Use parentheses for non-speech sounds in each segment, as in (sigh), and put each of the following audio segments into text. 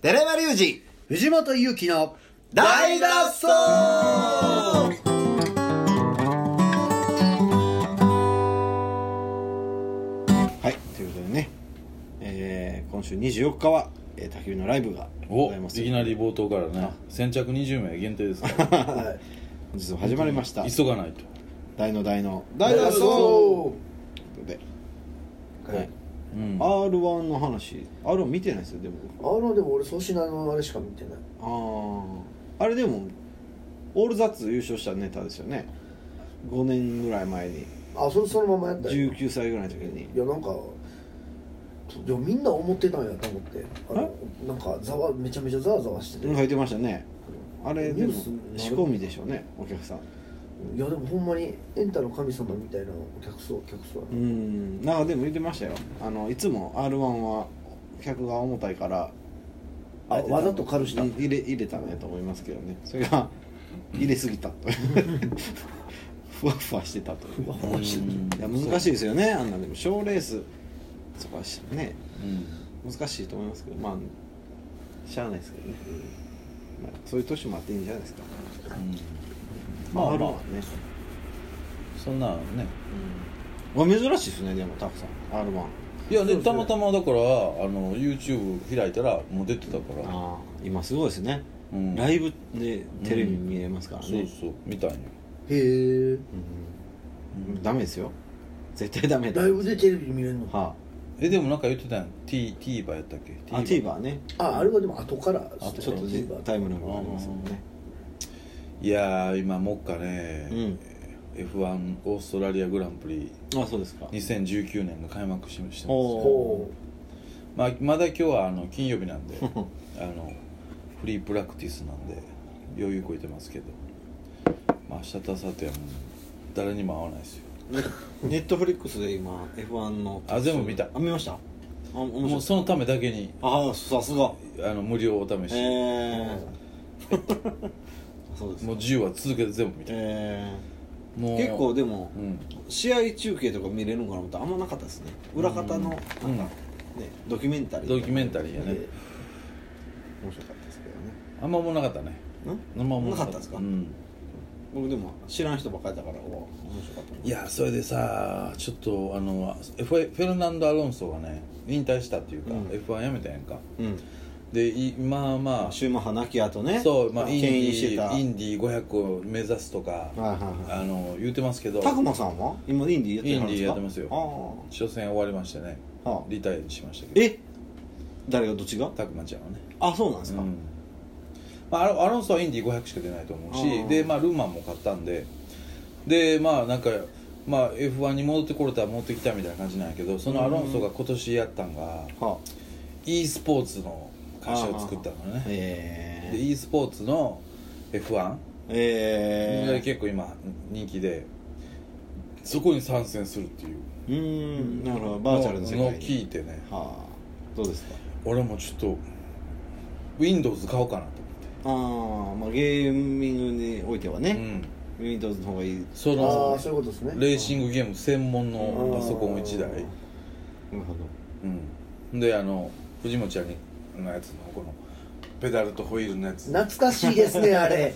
寺山隆二藤本勇樹の大脱走はいということでね、えー今週24日は、えー、焚き火のライブがごおざいいますきなり冒頭からね先着20名限定で (laughs) すから本日も始まりました急がないと大の大の大大脱脱走走ということで、はいはいうん r 1の話 r 1見てないですよであのでも俺粗品のあれしか見てないもあああれでもオールザッツ優勝したネタですよね5年ぐらい前にあそれそのままやったよ19歳ぐらいの時にいやなんかでもみんな思ってたんやと思ってあのなんかざわめちゃめちゃざわざわしてて、うん入ってましたねあれでもニュースになる仕込みでしょうねお客さんいやでもほんまにエンタの神様みたいなお客層お客層やうなんなんかでも言ってましたよあのいつも r 1は客が重たいからあえてわざと軽したうん入れ入れたんやと思いますけどねそれが入れすぎたと (laughs) ふわふわしてたというわわしてていや難しいですよねあんなでも賞レースそこはしね難しいと思いますけどまあしゃあないですけどね、まあ、そういう年もあっていいんじゃないですか、うんままああ、まあ r はね、そんなねうん、あ珍しいですねでもたくさん r 1いやでそうそたうまたまだからあの YouTube 開いたらもう出てたからああ今すごいですね、うんライブでテレビ見えますからね、そうそうみたいにへえうんダメですよ絶対ダメだライブでテレビ見れるのはえでもなんか言ってたやん T- TVer やったっけあ、あ TVer ねああれはでも後からあとちょっとじタイムラグがありますもんねいやー今もっかねうん F1 オーストラリアグランプリあそうですか2019年が開幕しましたんですおーよ、ほまあ、まだ今日はあの金曜 (laughs) 日なんであのフリープラクティスなんで余裕こいてますけど、まあ、明日と明後日はもう誰にも会わないですよネットフリックスで今 F1 のあ全部見たあ見ましたあ面も白ういそのためだけにああさすがあの無料お試えし、え (laughs) そうですもう10は続けて全部見たえもえう結構でもうん試合中継とか見れるのかなと思ったらあんまなかったですね裏方のなんかうんねドキュメンタリードキュメンリタリーやう、ねえー面白かったですけどねあんまおもんなかったねんあんまおもんなかったですかうん僕でも知らん人ばっかりだからお面白かったいやそれでさちょっとあのフェフェルナンド・アロンソがね引退したっていうか、うん F1 やめたやんかうんでいまあまあシューマッハ亡き後ねそう、まあ、インデ牽ィ引してたーインディー500を目指すとか、はいはいはいあの言うてますけどタクマさんは今インディーやってるんですかインディーやってますよあ初戦終わりましてねあはあリタイアしましたけどえ誰がどっちがたくまちゃんはね、あそうなんですうか、んまあ、アロアロンソはインディー500しか出ないと思うあしーで、まあ、ルーマンも勝ったんででまあなんか、まあ、F1 に戻ってこれたら戻ってきたみたいな感じなんやけどそのアロンソが今年やったんがは e スポーツの会社を作ったのあねえでー、 e スポーツの F1 えー、結構今人気でそこに参戦するっていううーんなるほどバーチャルの世界のにを聞いてねはあどうですか俺もちょっと Windows 買おうかなとああまあゲーミングにおいては思って、ね、Windows の方がいいそーああそうのいうことですねレーシングゲーム専門のうんパソコン1台なるほどうんであの藤本ちゃんのやつのこのペダルとホイールのやつ懐かしいですねあれ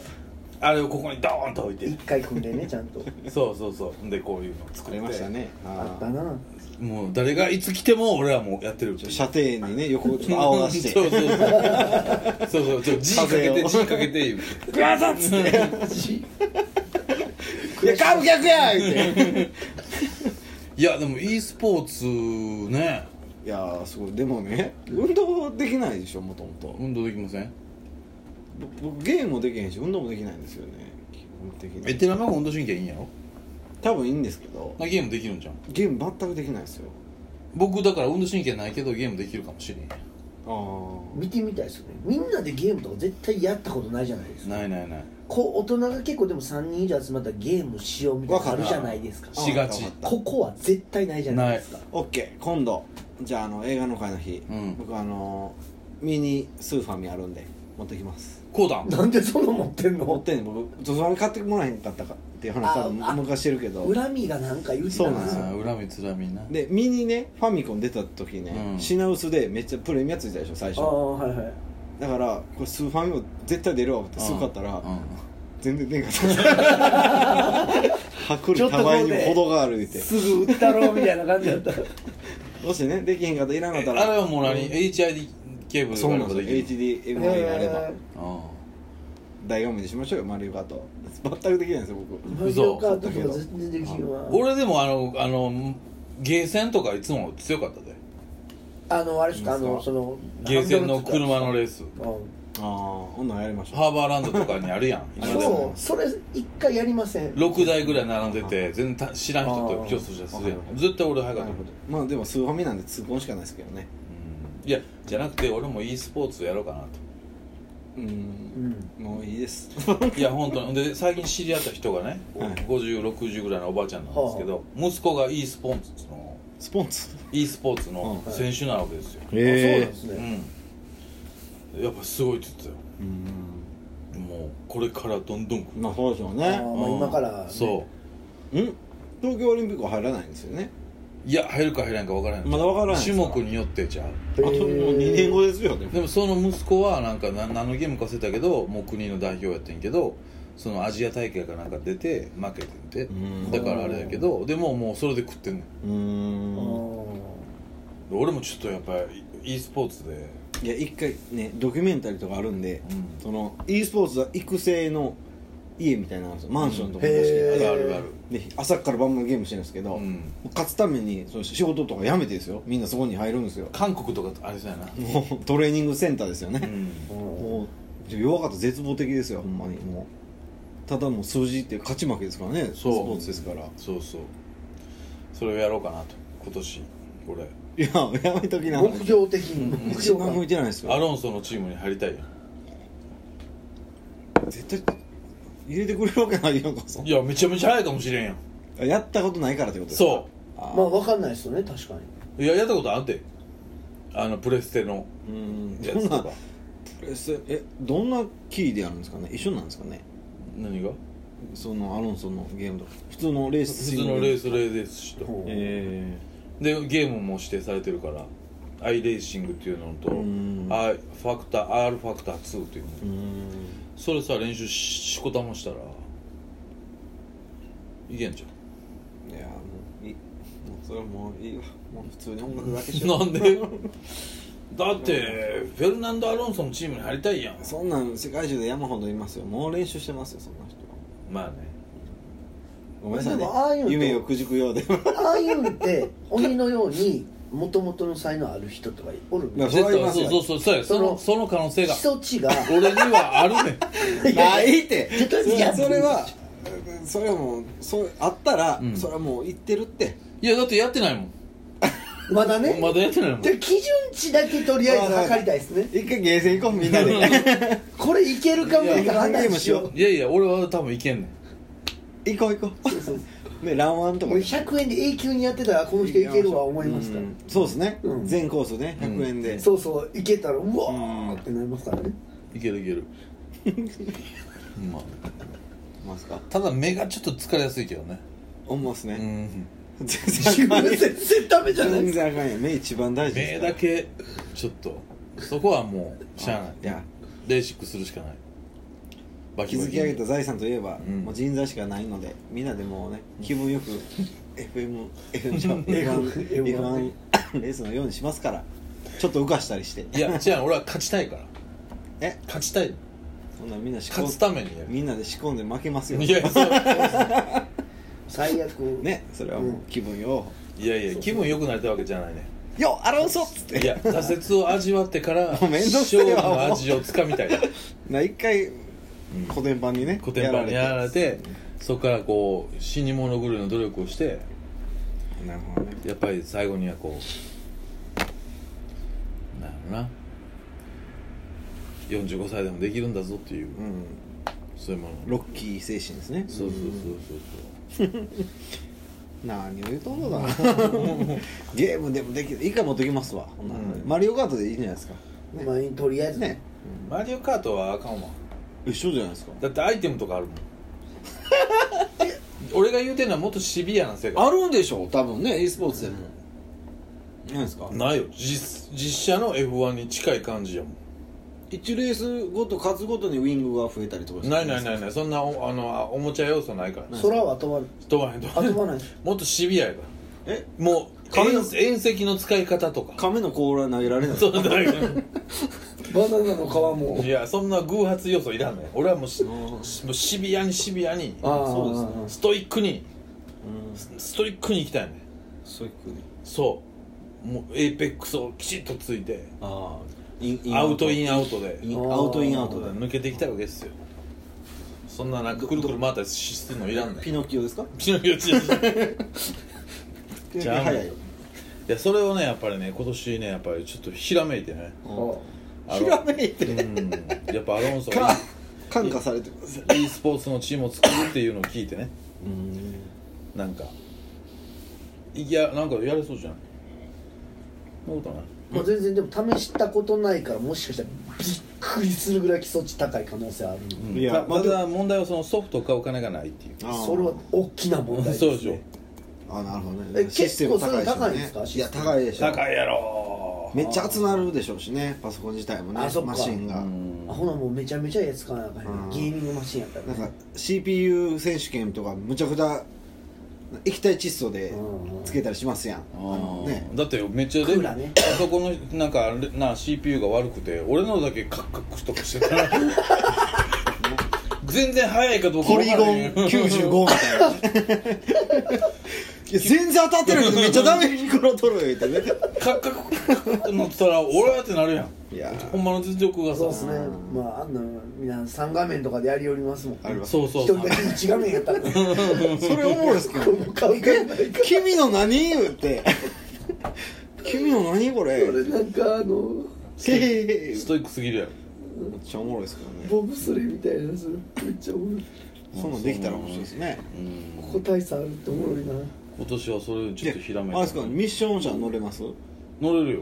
あれをここにドーンと置い一て回組んでねちゃん (laughs) とそうそうそうでこういうのをあ作ってりましたねああったあなもう誰がいつ来ても俺はもうやってる射程にね横をちょっと青出してそうそうそうそうそうちょ G かけ風てを G かけてグワザッつって「いや観客や!」言っていやでも e スポーツねいやーすごいでもね運動できないでしょもともと運動できません僕僕ゲームもできへんし運動もできないんですよね基本的ベにテランの方が運動神経いいんやろ多分いいんですけどなゲームできるんじゃんゲーム全くできないですよ僕だから運動神経ないけどゲームできるかもしれんああ (laughs) 見てみたいですよねみんなでゲームとか絶対やったことないじゃないですかないないないこう大人が結構でも3人以上集まったらゲームしようみたいなのあるじゃないですかしがちあわかったここは絶対ないじゃないですかオッケー今度じゃああの映画の会の日、うん僕あのミニスーファミあるんで持ってきますこうだ (laughs) なんでそんな持ってん持っのてんねん僕ゾゾファミ買ってもらえへんかったかっていう話多分ああ昔してるけど恨みがなんか言うてそたうなんですよな恨みつらみなでミニねファミコン出た時ね、うん品薄でめっちゃプレミアついたでしょ最あ初あはいはいだからこれスーファミも絶対出るわってすごかったら、うん全然出ん (laughs) かった薄利多売にも程があるってすぐ売ったろうみたいな感じだ (laughs) ったもしねできへんかったらいらんかったらあれはもう何 HID ケーブルそうなんがあでれすばよできる HDMI があればえあ大画面にしましょうよマリオカート全くできないんですよ僕ーマリオカートとか全然できひんあわ俺でもあのあのゲーセンとかいつも強かったであのあれっすかあいいんのすかそのゲーセンの車のレースあああほんなんやりましょうハーバーランドとかにあるやん今でそもうそれ一回やりません6台ぐらい並んでて全然た知らん人と競争したりするやあーん絶対俺早かなったるほことどまあでもスーファミなんで痛恨しかないですけどねいやじゃなくて俺も e スポーツやろうかなとううんんもういいです (laughs) いや本当にで最近知り合った人がね、はい5060ぐらいのおばあちゃんなんですけど、息子が e スポーツのスポンツ e スポーツの選手なわけですよ、あそうなんですうねんやっぱすごいって言ってうんたよもうこれからどんどん来るまあそうでしょうあーねまあうん今からねそうん東京オリンピックは入らないんですよねういや入るか入らんか分からへんまだ分からないんです種か目によってじゃうあともう2年後ですよねでもその息子はなんかな何のゲームか忘れたけどもう国の代表やってんけどそのアジア大会かなんか出て負けてんてうんだからあれだけどでももうそれで食ってんねんうーあんー俺もちょっとやっぱり e スポーツでいや一回ねドキュメンタリーとかあるんで、うんその e スポーツは育成の家みたいなのなんですよマンションとかうん貸しへてーあるあるあるで朝から晩までゲームしてるんですけど、うん勝つためにその仕事とかやめてですよみんなそこに入るんですよ韓国とかあれそうやなもうトレーニングセンターですようね、んもうじゃあ弱かったら絶望的ですよほんまにもうただもう数字って勝ち負けですからねスそうポーツですからそうそうそれをやろうかなと今年俺いややめときな目標的うん目一標番向い感てないですかアらロンソのチームに入りたいやん絶対入れてくれるわけないやんかそんいやめちゃめちゃ早いかもしれんやんあやったことないからってことですかそあーまあ分かんないですよね確かにういややったことあってあのプレステのうんやどんつとなかえそえどんなキーでやるんですかね一緒なんですかね何がそのアロンソのゲームとか普通のレー普ス通のレーススレーですしとほうえでゲームも指定されてるからアイレーシングっていうのとうんアイファクター R ファクター2っていうのえー、うんそれさ練習ししこたましたらいけんじゃんいやもういいもうそれはもういいわもう普通に音楽だけしようなんでだってフェルナンド・アロンソのチームに入りたいやんそん (laughs) なん世界中で山ほどいますよもう練習してますよそんな人はまあねごめんなさいでもああいうねの夢をくじくようでああいうのって鬼のようにもともとの才能ある人とかおるみたいそれは絶あり対ますそうよそうそうそうやそのそその可能性なが基礎値 (laughs) が俺にはあるねんない (laughs) ってちょっとそれやそれはそれはもうそうあったら、うんそれはもう言ってるっていやだってやってないもんまだねまだやってないもんで基準値だけとりあえず測りたいですね一回ゲーセン (laughs) 行こうみんなでこれいけるかもいいやかないしよいやいや俺は多分いけんねん行こう行こうそううねランワンとうかもう100円で永久にやってたらこの人いけるわ思いますかうんそうですね、うん全コースね100円で、らそうそういけたらうわうんーってなりますからねいけるいけるまあますかただ目がちょっと疲れやすいけどね思うっすうね、ん全全然あかんやん然ダメじゃない全ですか然あかんやん目一番大事です目からだけちょっとそこはもうしゃあないいやレーシックするしかないバ築き上げた財産といえば、うんもう人材しかないのでみんなでもうね気分よく FM FM (laughs) ちゃう F1 F1 レースのようにしますからちょっと浮かしたりして (laughs) いや違う俺は勝ちたいからえ勝ちたいそんなみんな仕込ん勝つためにやるみんなで仕込んで負けますよいや (laughs) そう最悪ねそれはもう気分よ、いやいや気分良くなりたいわけじゃないねよアロンソっつっていや挫折を味わってから (laughs) もうめんどくせえわ勝利の味をつか (laughs) みたいな一回古典版にね、古典版にやられててそこからこう死に物狂いの努力をしてなるほどねやっぱり最後にはこうなんやろな45歳でもできるんだぞっていう、うんそういうものロッキー精神ですねそうそうそうそう何を言うとんのかな (laughs) ゲームでもできる一回持ってきますわ、ほんならうんマリオカートでいいんじゃないですかまあとりあえずねねそうマリオカートはあかんわ一緒じゃないですかだってアイテムとかあるもん俺が言うてんのはもっとシビアな世界あるんでしょ多分ね e スポーツでもないですかないよ実実写の F1 に近い感じやもん1レースごと勝つごとにウィングが増えたりとかないないないいないそんなおあのあおもちゃ要素ないから空は飛ばない飛ばへん飛ばへ飛んばない (laughs) もっとシビアやからえもう亀の遠遠石の使い方とか亀の甲羅投げられないそうだよバナナの皮もいやそんな偶発要素いらんのよ俺はもうしもうシビアにシビアにあーそうですねストイックにスストイックに行きたいねそういうふうにそうもうエーペックスをきちっとついてああインインアウトインンアウトでインアウトインアウトで抜けていきたいわけですよそんななんかくるくる回ったりするのいらんねんピノキオですかピノキオチーズピノキじオゃあ早いよいやそれをねやっぱりね今年ねやっぱりちょっとひらめいてねあのひらめいてうんやっぱアロンソか感化されてください e スポーツのチームを作るっていうのを聞いてねなんかいやなんかやれそうじゃないそんなことないまあ、全然でも試したことないからもしかしたらびっくりするぐらい基礎値高い可能性ある、うんいやたまあただ問題はそのソフトを買うお金がないっていうあーそれは大きな問題です、そうね、でしょあなるほどねえシステム高いし、ね、結構それ高いんですかシやステム高いでしょ高いやろめっちゃ集まるでしょうしねパソコン自体もねあそっかマシンが、うんあほなもうめちゃめちゃやつかなあかんやうんんゲーミングマシンやったら、なんね、か CPU 選手権とかむちゃくちゃ液体窒素でうんうんつけたりしますやん、ああのーねだってめっちゃクーラーねあそこのなんかあれな CPU が悪くて俺のだけカクカクとかしてたら全然早いかどうかポ分リからゴンへん95みたいない (laughs) や全然当たってるけどめっちゃダメにこの取るよってねカクカクカクカクなってたら俺やってなるやんいやほんまの実力がさそうですねまああんな皆さん3画面とかでやりよりますもんあるわそうそ一う人だけ1画面やったらそれおもろいですけど買うかない (laughs) か君の何言うて君の何これそれなんかあのへへへストイックすぎるやろめっちゃおもろいですけどねボブスレーみたいなそれめっちゃおもろいそんなんできたら面白いですねうん個体差あるっておもろいな今年はそれをちょっとひらめいあれですかミッション車乗れます乗れるよ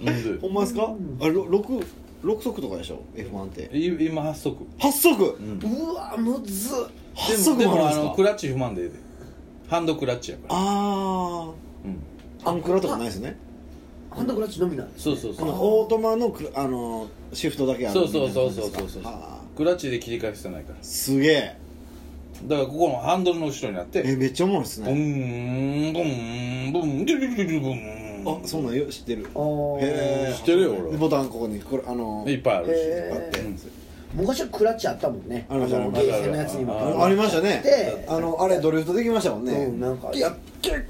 なんでほんまですかあれろ6六速とかでしょ F1 ってい今発足8速うんでうわむずっ8もで速ももああるんですのクかラッチ踏まんでええでハンドクラッチやからあうんあアンクラとかないですねハンドクラッチのみなんですそうそうあそうのオートマのクラあのシフトだけあるそうみたいそうなそ感うじですかそうそうそうあクラッチで切り返してないからーすげえだからここのハンドルの後ろになっえてめっちゃおもろいですブねンブンブンドゥルルルルブンあそんなんよ知ってるあーへえ知ってるよ俺ボタンここにこれあのいっぱいあるしへあってうん昔はクラッチあったもんねありましたのあゲりましたーセンのやつにもあありましたねであのあれドリフトできましたもんねうんなんかいや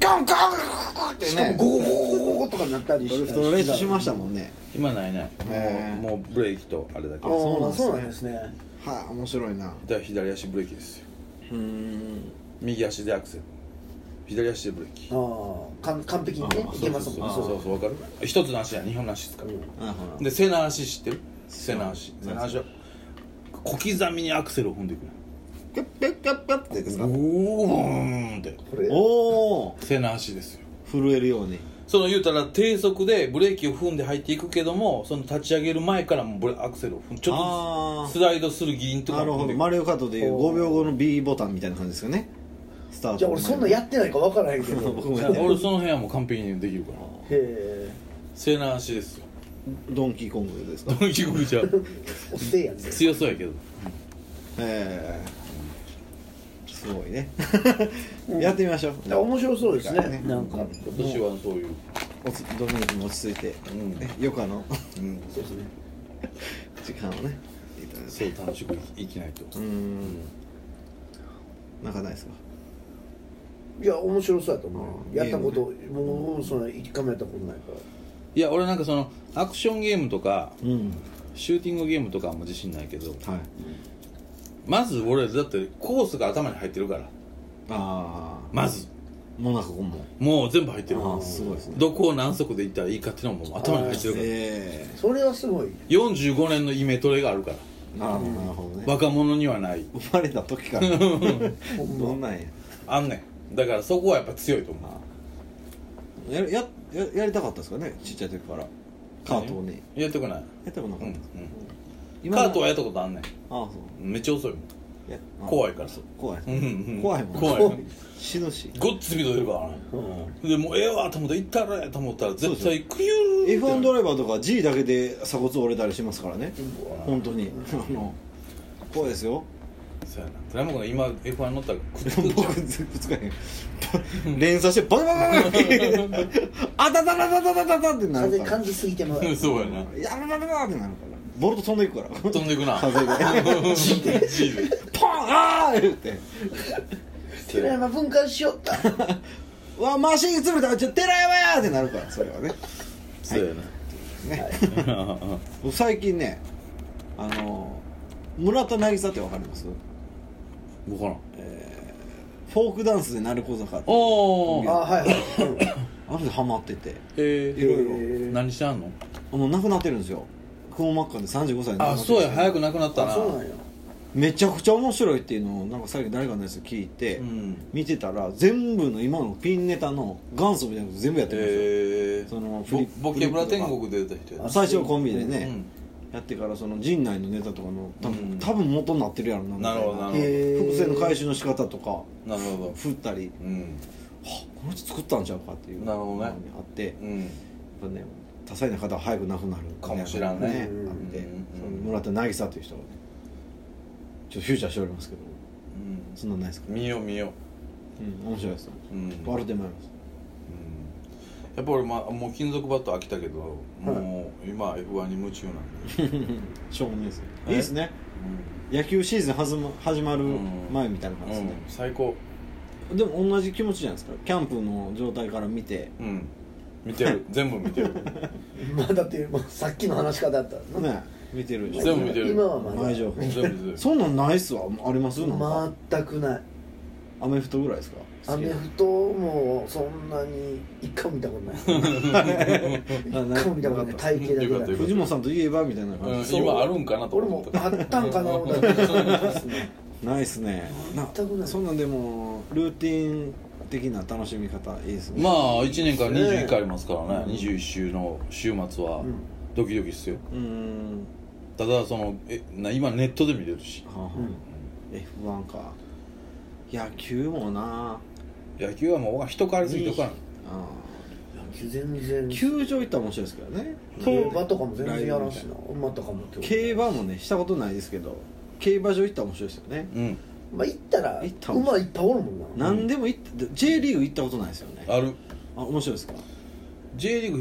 ガンガンガンってしかもねゴゴゴゴゴゴとかになったりドリしフたトの練習しましたもんね今ないないへーもうもうブレーキとあれだけあですそうなんあですねそうなんですねはい面白いなだから左足ブレーキですようーん右足でアクセル左足でブレーキああかん完璧にねいけますもんねそうそうそうわかる一つの足や二本の足使う、なるほどで背の足知ってる背の足うん背の足は小刻みにアクセルを踏んでいくのキャッキャッキャッキャッってですかおーんってこれおお背の足ですよ震えるようにその言うたら低速でブレーキを踏んで入っていくけどもその立ち上げる前からもうブレアクセルを踏んちょあーっとスライドするギリンとかなるほど踏んでいくマリオカートでいうおー5秒後の B ボタンみたいな感じですかねスタートじゃあ俺そんなやってないか分からへんけど僕もやってる俺その辺はもう完璧にできるからへえ背の足ですよドンキーコングですかドンキコちゃうおせえやつ強そうやけどええすごいねやってみましょう面白そうですねねなんか今年はそういうおつドミニクも落ち着いてんね余暇の (laughs) うんそうですね時間をねいただいてそう楽しく生きないとうーんなんかないですかいや面白そうやと思うんうやったこともうその一回もやったことないからいや俺なんかそのアクションゲームとかうんシューティングゲームとかはもう自信ないけどはいまず俺だってコースが頭に入ってるからああまずモナコももう全部入ってるああすごいですねどこを何足で行ったらいいかっていうのももう頭に入ってるからえそれはすごい45年のイメトレがあるからえなるほどなるほどね若者にはない生まれた時からほんどまんなんやあんねんだからそこはやっぱ強いと思うあーややややりたかったですかねちっちゃい時からカートをねやってこないやったことなうかんっうたんカートはあやったことあんねあそうんめっちゃ遅いもんいやあ怖いからそう怖いうんうん怖いもん怖い死ぬしごっつスピード出るからねでもうええわと思って行ったらえと思ったら絶対クリューって F1 ドライバーとか G だけで鎖骨折れたりしますからねうわ本当にあの怖いですよそうやな寺山君が今 F1 乗ったらくっつくっちゃ僕う全部使えへん連鎖してバンバンバンバンってあたたたたたたたたってな風るから感じすぎてもうん (laughs) そうやなやばばばばってなるからボルト飛んでいくからポーン飛んでいくな風が G で G であーって寺山分解し (laughs) よったうわマシン潰れたちょ寺山やーってなるからそれはねそうやなねあ僕最近ねあの村田渚ってわかりますあ分からんフォークダンスで鳴子坂っておあーはいはいあれでハマっててえいろいろー何してあんのもう亡くなってるんですよくも膜下で35歳で亡くなってるんあですそうや早くなくなったあなそうなんやめちゃくちゃ面白いっていうのをなんか最近誰かのやつ聞いて、うん見てたら全部の今のピンネタの元祖みたいなこと全部やってるんですよ、えーそのフリップボボケブラ天国で出た人やなあ最初はコンビでうね、んやってからその陣内のネタとかの多分,、うん多分元になってるやろなみたいなるほどなるほどへー伏線の回収の仕方とかなるほど振ったりうんはこの人作ったんちゃうかっていうなるほどねのがあって、やっうんぱね多彩な方は早く亡くなるかもしらんねあって、うんその村田渚という人がねちょっとフューチャーしておりますけどうんそんなんないですか、見よう見ようん、面白いですよううん笑ってまいりますやっぱ俺、ま、もう金属バット飽きたけど、もう今 F1 に夢中なんで、しょうもないですよえいいですね野球シーズンはずま始まる前みたいなう感んじですね、最高、でも同じ気持ちじゃないですかキャンプの状態から見てうん、見てる全部見てるまあだってもうさっきの話し方だったらなね見てるでし全ょ部見てる今はまだ前情報全部見てるそんなんないっすわありますなんか全くないアメフトぐらいですかアメフトもそんなに一回も見たことない (laughs) 一回も見たことない体型だけよかだったよ藤本さんといえばみたいなう感んじ、今あるんかなと俺思っもたあったんかな俺だけないっすねな全くないそんなんでもルーティン的な楽しみ方いいですねまあ1年から21回ありますからね、21週の週末はうんドキドキっすようーんただそのえな今ネットで見れるしはあはあ F1 か野球もな野球はもう人変わりすぎて分からんあ全ー然球場行ったら面白いですけどね競馬とかも全然やらんしな馬とかも今日競馬もねしたことないですけど競馬場行ったら面白いですよねうんまあ行ったら行った馬いっぱいおるもんな何でも行って J リーグ行ったことないですよねあるあ面白いですか J リーグ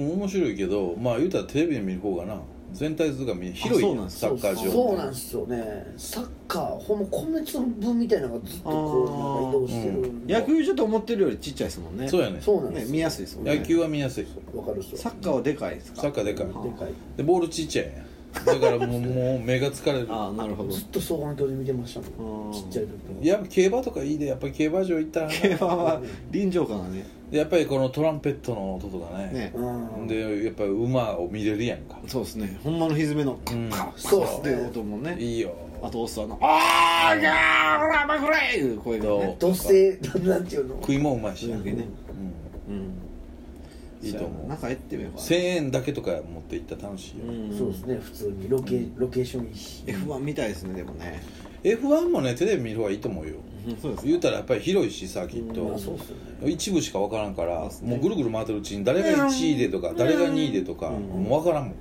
も面白いけどまあ言うたらテレビで見る方がな全体図が見え広いあそやんうなんですサッカー場そうなんですよねサッカーほんま米粒分みたいなのがずっとこうなんか移動してる、う野球場と思ってるよりちっちゃいですもんねそうやねそうなんでねすよ見やすいですもんね野球は見やすいわかるっすよサッカーはでかいですかサッカーでかいでかいでボールちっちゃいやんだか (laughs) らもうもう目が疲れるああなるほどずっと双眼鏡で見てましたもうんんちっちゃい時とかいや競馬とかいいでやっぱり競馬場行ったらな (laughs) 競馬は臨場感がねでやっぱりこのトランペットの音とかねねうんでやっぱり馬を見れるやんかそうですねほんまの蹄のカうッんカッそうカッっていう音もねいいよあとおっさんの「あーいやーほらまくれ!」いう声がね土星 (laughs) なんていうの食いもんうまいしな、そううやねうん、んいいと思う中行ってみようかな1000円だけとか持って行ったら楽しいんよ、そうですね普通にロケロケーションいいし F1 みたいですねでもね F1 もねテレビ見る方がいいと思うよそうです言うたらやっぱり広いしサーキッまあトそうっすよね一部しか分からんからそうっすねもうぐるぐる回ってるうちに誰が1位でとか誰が2位でとかうんもう分からんもん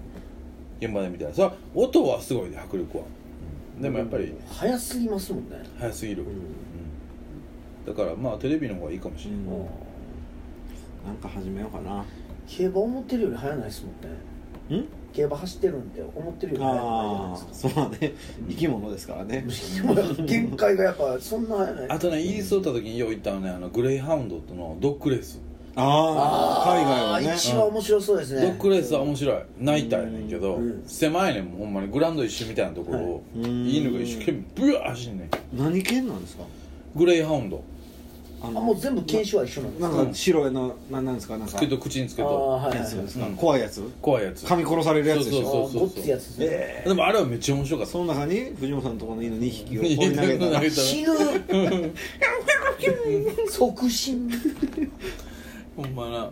現場で見たらさ音はすごいね迫力はでもやっぱり早すぎますもんね早すぎるううんんだからまあテレビの方がいいかもしれないうんなんか始めようかな競馬思ってるより早ないですもんねん競馬走ってるんで思ってるよりああ早くないじそうだね生き物ですからねゃないですか限界がやっぱそんな早ないあとねイギリスおった時によう行ったのはねあのグレイハウンドとのドッグレースああ海外はね一番面白そうですドねッグレースは面白い泣いたやねんけどうん狭いねんほんまにグラウンド一周みたいなところをはいうん犬が一生懸命ブワー走んねん何犬なんですかグレイハウンドああもう全部犬種は一緒なんですなかんか白いのななんですかなんつかけと口につけああとはいやはいつですかうん怖いやつ怖いやつ噛み殺されるやつでしそうょそうそうそうあーごっついやつですねでもあれはめっちゃ面白かったその中に藤本さんのところの犬2匹を放入り投れてげるのた投らげたら死ぬ即死ぬほんまな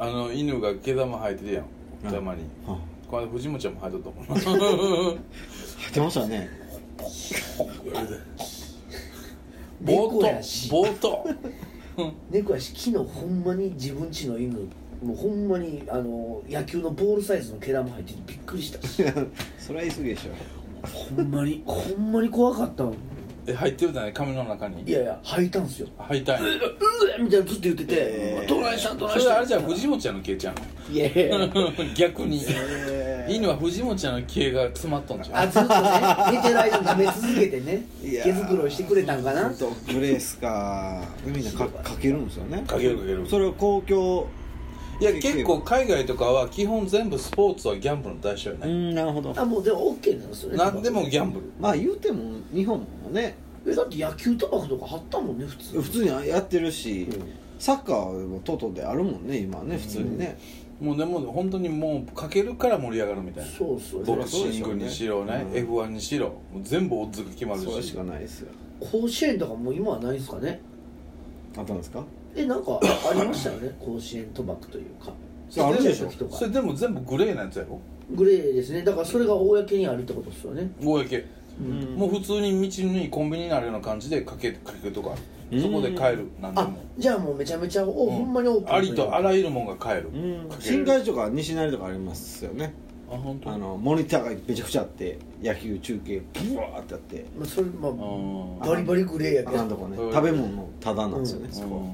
あの犬が毛玉生えてるやんたまには (laughs) この間藤本ちゃんも生えとったもんなあ入ってましたね言われてぼ猫ーやっとしぼーっと猫やし昨日ほんまに自分ちの犬もうほんまにあの野球のボールサイズの毛玉入っててびっくりしたしそれは言い過ぎでしょほんまにほんまに怖かったのえ入ってるじゃない髪の中にいやいや吐いたんすよ入いたい「うえ!」みたいなのずっと言っててえー「どないしたんどないそしれたん」あれじゃん藤本ちゃんの毛ちゃんいやいやいや逆にえ犬は藤本ちゃんの毛が詰まっとんじゃあんずっとね寝てる間に舐め続けてねいや毛づくろいしてくれたんかなとグレースかみんなかかけるんですよねかけるかけるそれは公共いや結構海外とかは基本全部スポーツはギャンブルの対象ようねんなるほどあもうでも OK なんですよね何でもギャンブルまあ言うても日本もねえだって野球タバコとか貼ったもんね普通普通にやってるし、うんサッカーもトトであるもんね今ね普通にね、もうでも本当にもうかけるから盛り上がるみたいなそうそうボクシングにしろね、うん F1 にしろもう全部オッズが決まるそれししかないですよ甲子園とかもう今はないんですかねあったんですかえなんかありましたよね甲子園賭博というかいやあるでしょちっちゃい時とかそれでも全部グレーなやつやろグレーですねだからそれが公にあるってことですよね公、うんもう普通に道にコンビニになるような感じでかけかけるとかあるそこで買える何であもじゃあもうめちゃめちゃお、うんほんまにオープンありとあららゆるもんが買えるうんかけ新れる海地とか西成とかありますよねあ本当あのモニターがめちゃくちゃあって野球中継ブワーってあってまあ、それまああーバリバリグレーやあけかどんとこねうん食べ物もタダなんですよね、うんそうんこ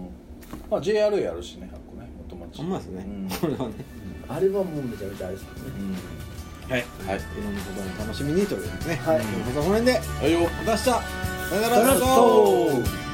まあ JRA やるしね箱ね元町ほんまですね、うんこれはねあれはもうめちゃめちゃあれですよねうんはいはいいろんなことも楽しみにということですねはい今日の放送はこの辺ではいよまた明日さよなさよならら